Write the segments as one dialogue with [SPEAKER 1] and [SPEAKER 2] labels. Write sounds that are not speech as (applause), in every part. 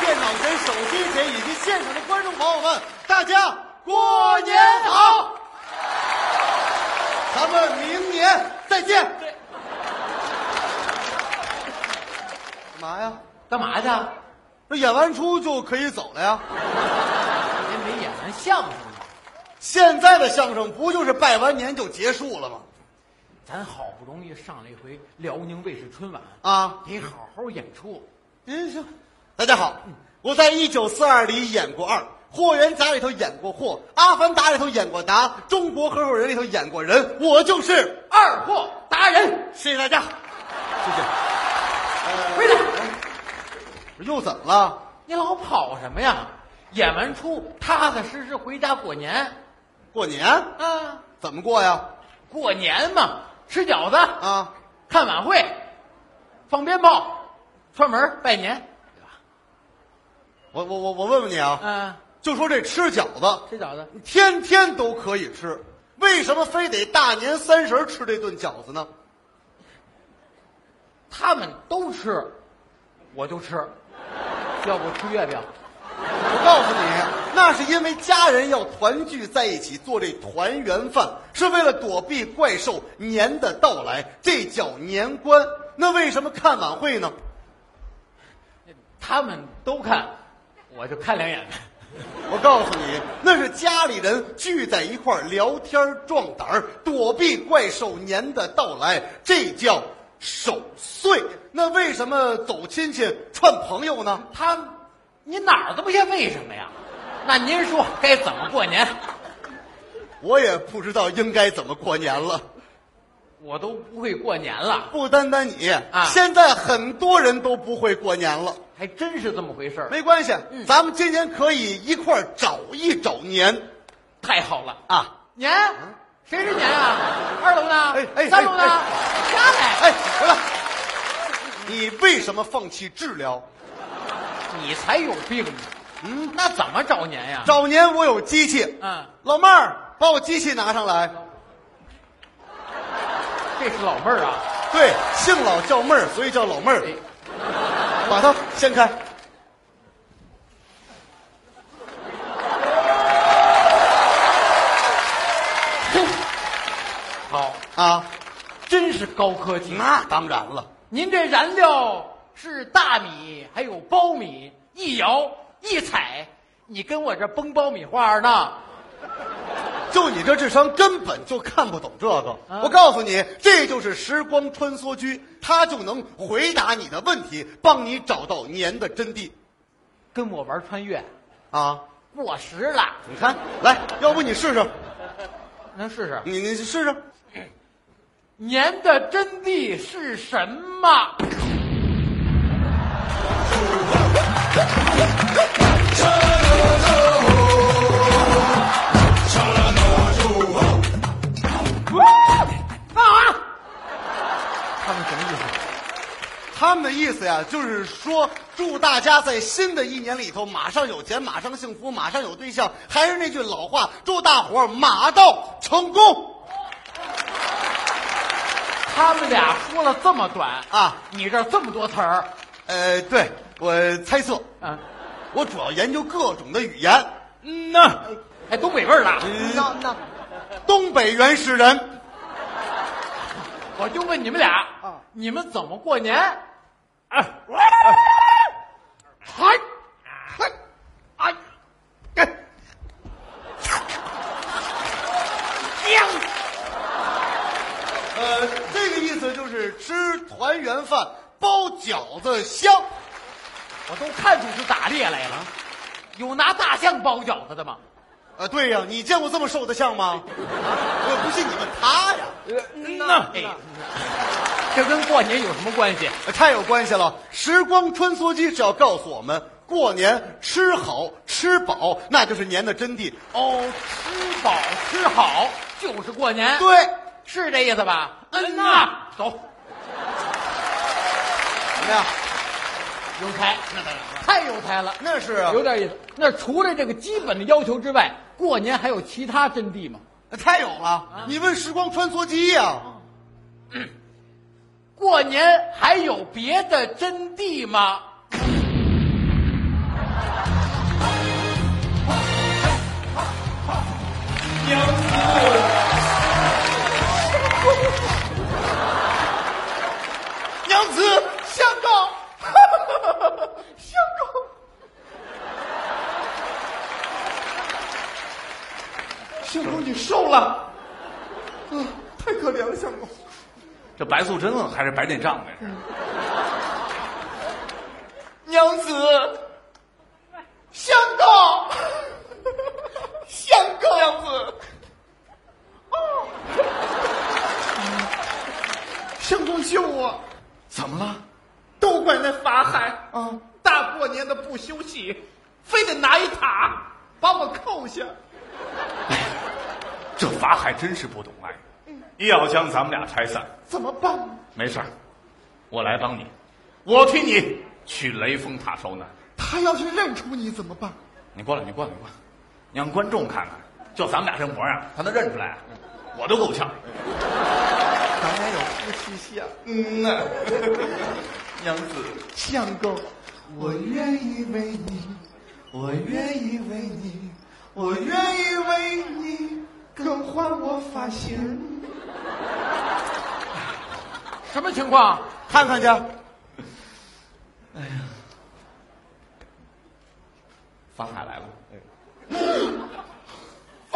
[SPEAKER 1] 手机前以及现场的观众朋友们，大家过年好！咱们明年再见。干嘛呀？
[SPEAKER 2] 干嘛去？啊
[SPEAKER 1] 这演完出就可以走了呀？
[SPEAKER 2] 您没演完相声呢，
[SPEAKER 1] 现在的相声不就是拜完年就结束了吗？
[SPEAKER 2] 咱好不容易上了一回辽宁卫视春晚，
[SPEAKER 1] 啊，
[SPEAKER 2] 得好好演出。
[SPEAKER 1] 嗯，行。大家好，我在《一九四二》里演过二，《霍元甲》里头演过霍，《阿凡达》里头演过达，《中国合伙人》里头演过人，我就是
[SPEAKER 2] 二货达人，
[SPEAKER 1] 谢谢大家。
[SPEAKER 2] 谢谢。回来，
[SPEAKER 1] 我说又怎么了？
[SPEAKER 2] 你老跑什么呀？演完出踏踏实实回家过年
[SPEAKER 1] 过年
[SPEAKER 2] 啊！
[SPEAKER 1] 怎么过呀？
[SPEAKER 2] 过年嘛，吃饺子，
[SPEAKER 1] 啊，
[SPEAKER 2] 看晚会，放鞭炮，串门拜年，对吧？
[SPEAKER 1] 我我我我问问你啊，
[SPEAKER 2] 嗯、
[SPEAKER 1] 就说这吃饺子，
[SPEAKER 2] 吃饺子，
[SPEAKER 1] 天天都可以吃，为什么非得大年三十儿吃这顿饺子呢？
[SPEAKER 2] 他们都吃，我就吃，要不吃月饼。
[SPEAKER 1] 我告诉你，那是因为家人要团聚在一起做这团圆饭，是为了躲避怪兽年的到来，这叫年关。那为什么看晚会呢？
[SPEAKER 2] 他们都看，我就看两眼呗。
[SPEAKER 1] 我告诉你，那是家里人聚在一块儿聊天儿壮胆儿，躲避怪兽年的到来，这叫守岁。那为什么走亲戚串朋友呢？
[SPEAKER 2] 他，你哪儿都不像为什么呀？那您说该怎么过年？
[SPEAKER 1] 我也不知道应该怎么过年了。
[SPEAKER 2] 我都不会过年了，
[SPEAKER 1] 不单单你
[SPEAKER 2] 啊
[SPEAKER 1] 现在很多人都不会过年了。
[SPEAKER 2] 还真是这么回事儿。
[SPEAKER 1] 没关系，
[SPEAKER 2] 嗯
[SPEAKER 1] 咱们今年可以一块儿找一找年
[SPEAKER 2] 太好了，
[SPEAKER 1] 啊！
[SPEAKER 2] 年，谁是年啊？二楼呢？
[SPEAKER 1] 哎哎
[SPEAKER 2] 三楼呢？
[SPEAKER 1] 哎
[SPEAKER 2] 下来，
[SPEAKER 1] 哎，回
[SPEAKER 2] 嗯
[SPEAKER 1] 来，你为什么放弃治疗？
[SPEAKER 2] 你才有病呢。嗯，那怎么找年呀？
[SPEAKER 1] 找年我有机器，
[SPEAKER 2] 嗯，
[SPEAKER 1] 老妹儿把我机器拿上来。
[SPEAKER 2] 这是老妹儿啊。
[SPEAKER 1] 对，姓老叫妹儿，所以叫老妹儿。
[SPEAKER 2] 哎
[SPEAKER 1] (laughs) 把它掀开。
[SPEAKER 2] 好，
[SPEAKER 1] 啊，
[SPEAKER 2] 真是高科技。
[SPEAKER 1] 那当然了，
[SPEAKER 2] 您这燃料是大米，还有苞米，一摇一踩，你跟我这崩苞米花呢？
[SPEAKER 1] 就你这智商，根本就看不懂这个。
[SPEAKER 2] 啊
[SPEAKER 1] 我告诉你，这就是时光穿梭机，它就能回答你的问题，帮你找到年的真谛。
[SPEAKER 2] 跟我玩穿越，
[SPEAKER 1] 啊，
[SPEAKER 2] 过时了。
[SPEAKER 1] 你看，来，要不你试试，
[SPEAKER 2] 能试试
[SPEAKER 1] 你你试试，
[SPEAKER 2] 年的真谛是什么？干嘛？他们什么意思？
[SPEAKER 1] 他们的意思呀，就是说祝大家在新的一年里头马上有钱，马上幸福，马上有对象。还是那句老话，祝大伙儿马到成功
[SPEAKER 2] 他们俩说了这么短，
[SPEAKER 1] 啊！
[SPEAKER 2] 你这儿这么多词儿，
[SPEAKER 1] 呃，对我猜测，
[SPEAKER 2] 啊，
[SPEAKER 1] 我主要研究各种的语言。嗯呐，
[SPEAKER 2] 哎，东北味儿了。
[SPEAKER 1] 那那，东北原始人，
[SPEAKER 2] 我就问你们俩，你们怎么过年？啊，嗨，嗨，哎，
[SPEAKER 1] 呃，这个意思就是吃团圆饭，包饺子香。
[SPEAKER 2] 我都看出是打猎来了。有拿大象包饺子的吗？
[SPEAKER 1] 啊，对呀、你见过这么瘦的象吗？啊我不信你问他呀，
[SPEAKER 2] 呃那哎，这跟过年有什么关系？
[SPEAKER 1] 呃太有关系了。时光穿梭机是要告诉我们，过年吃好吃饱，那就是年的真谛。
[SPEAKER 2] 哦，吃饱吃好就是过年，
[SPEAKER 1] 对，
[SPEAKER 2] 是这意思吧？嗯呐，走，
[SPEAKER 1] 怎么样？
[SPEAKER 2] 有才，那当然了，太有才了。
[SPEAKER 1] 那是啊
[SPEAKER 2] 有点意思。那除了这个基本的要求之外，过年还有其他真谛吗？
[SPEAKER 1] 太有了。你问时光穿梭机呀、
[SPEAKER 2] 过年还有别的真谛吗？
[SPEAKER 3] 相公你瘦了，
[SPEAKER 1] 啊
[SPEAKER 3] 嗯，太可怜了，相公。
[SPEAKER 4] 这白素贞啊还是白内障来着？
[SPEAKER 3] 娘子，相 (laughs) 公，相公，娘子，哦，相公救我！
[SPEAKER 4] 怎么了？
[SPEAKER 3] 都怪那法海啊！大过年的不休息，非得拿一塔把我扣下。
[SPEAKER 4] 这法海真是不懂爱，一要将咱们俩拆散。
[SPEAKER 3] 怎么办？
[SPEAKER 4] 没事儿，我来帮你，我替你去雷峰塔受难。
[SPEAKER 3] 他要是认出你怎么办？
[SPEAKER 4] 你过来，你过来，你过来，你让观众看看，就咱们俩这模样，他能认出来啊？我都够呛。
[SPEAKER 3] 咱俩有夫妻相。
[SPEAKER 4] 嗯呐，娘子，
[SPEAKER 3] 相公，我愿意为你，我愿意为你，我愿意为你更换我发型。
[SPEAKER 2] 什么情况？
[SPEAKER 3] 看看去，
[SPEAKER 4] 法海来了。
[SPEAKER 1] 哎
[SPEAKER 2] (laughs)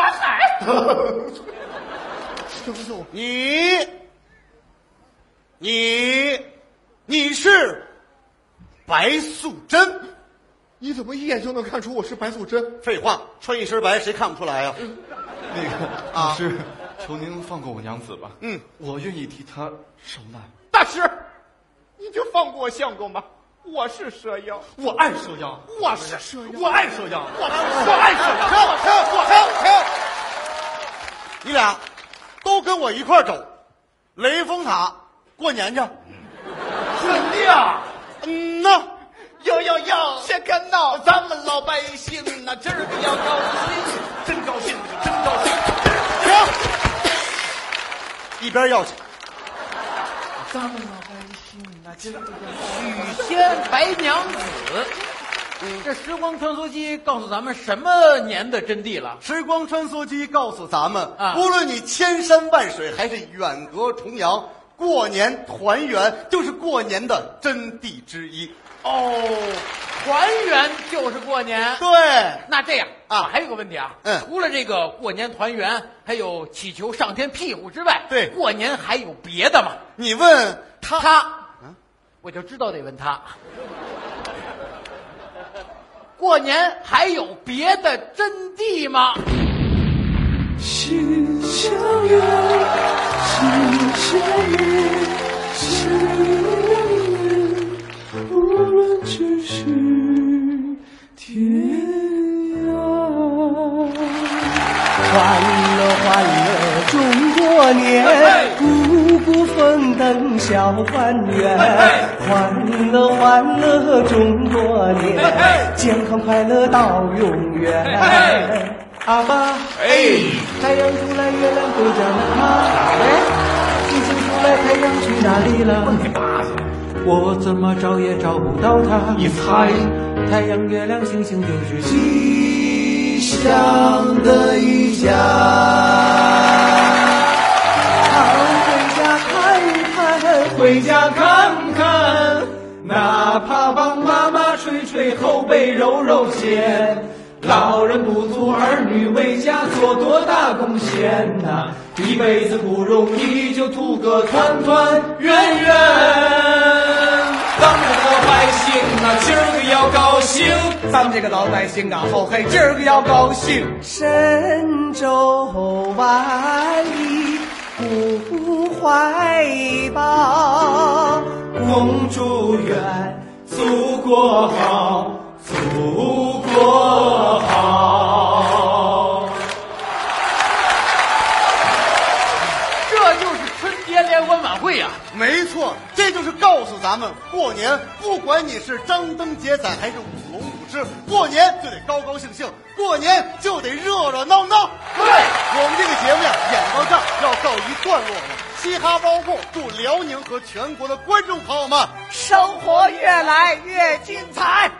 [SPEAKER 2] 法海，
[SPEAKER 3] 对不住，
[SPEAKER 1] 你，你，你是白素贞？
[SPEAKER 3] 你怎么一眼就能看出我是白素贞？
[SPEAKER 1] 废话，穿一身白，谁看不出来呀、啊
[SPEAKER 4] 那个啊，是，求您放过我娘子吧。
[SPEAKER 1] 嗯，
[SPEAKER 4] 我愿意替她受难。
[SPEAKER 3] 大师，你就放过我相公吧，我是蛇妖，
[SPEAKER 4] 我爱蛇妖，
[SPEAKER 3] 我是蛇妖，
[SPEAKER 4] 我爱蛇妖，我
[SPEAKER 3] 我爱蛇妖。
[SPEAKER 1] 停停停停！你俩都跟我一块儿走，雷峰塔过年去。
[SPEAKER 2] 真的
[SPEAKER 4] 啊
[SPEAKER 2] 呀？
[SPEAKER 1] 嗯呐，
[SPEAKER 2] 哟哟哟！
[SPEAKER 3] 先看到咱们老百姓那今儿个要高兴，
[SPEAKER 4] 真高兴，真高兴。
[SPEAKER 1] 停！一边要去。
[SPEAKER 2] 咱们老百姓啊，这个许仙白娘子，这时光穿梭机告诉咱们什么年的真谛了？
[SPEAKER 1] 时光穿梭机告诉咱们，
[SPEAKER 2] 啊
[SPEAKER 1] 无论你千山万水还是远隔重洋，过年团圆就是过年的真谛之一。
[SPEAKER 2] 哦，团圆就是过年。
[SPEAKER 1] 对，
[SPEAKER 2] 那这样
[SPEAKER 1] 啊
[SPEAKER 2] 我还有个问题啊，
[SPEAKER 1] 嗯
[SPEAKER 2] 除了这个过年团圆，还有祈求上天庇护之外，
[SPEAKER 1] 对
[SPEAKER 2] 过年还有别的吗？
[SPEAKER 1] 你问他，嗯
[SPEAKER 2] 他，我就知道得问他。过年还有别的真谛吗？
[SPEAKER 5] 心相约，心相约，相约，无论咫尺天涯。欢乐欢乐中国年，五谷丰登小欢园。欢乐欢乐中国年，健康快乐到永远。 (laughs) 阿爸，哎，太阳出来，月亮都讲它。星星哎出来，太阳去哪里了？我怎么找也找不到它。你猜，太阳、月亮、星星就是吉祥的一家。好，回家看一看，回家看看，哪怕帮妈妈捶捶后背、揉揉肩。老人不足，儿女为家做多大贡献呐、一辈子不容易，就图个团团圆圆。咱们这个老百姓啊，今儿个要高兴；咱们这个老百姓啊，后嘿，今儿个要高兴。神州万里不怀抱，共祝愿祖国好，祖国好。
[SPEAKER 2] 这就是春节联欢晚会呀、
[SPEAKER 1] 没错，这就是告诉咱们，过年不管你是张灯结彩还是舞龙舞狮，过年就得高高兴兴，过年就得热热闹闹。
[SPEAKER 2] 对
[SPEAKER 1] 我们这个节目呀，演到这儿要告一段落了。嘻哈包袱祝辽宁和全国的观众朋友们
[SPEAKER 2] 生活越来越精彩。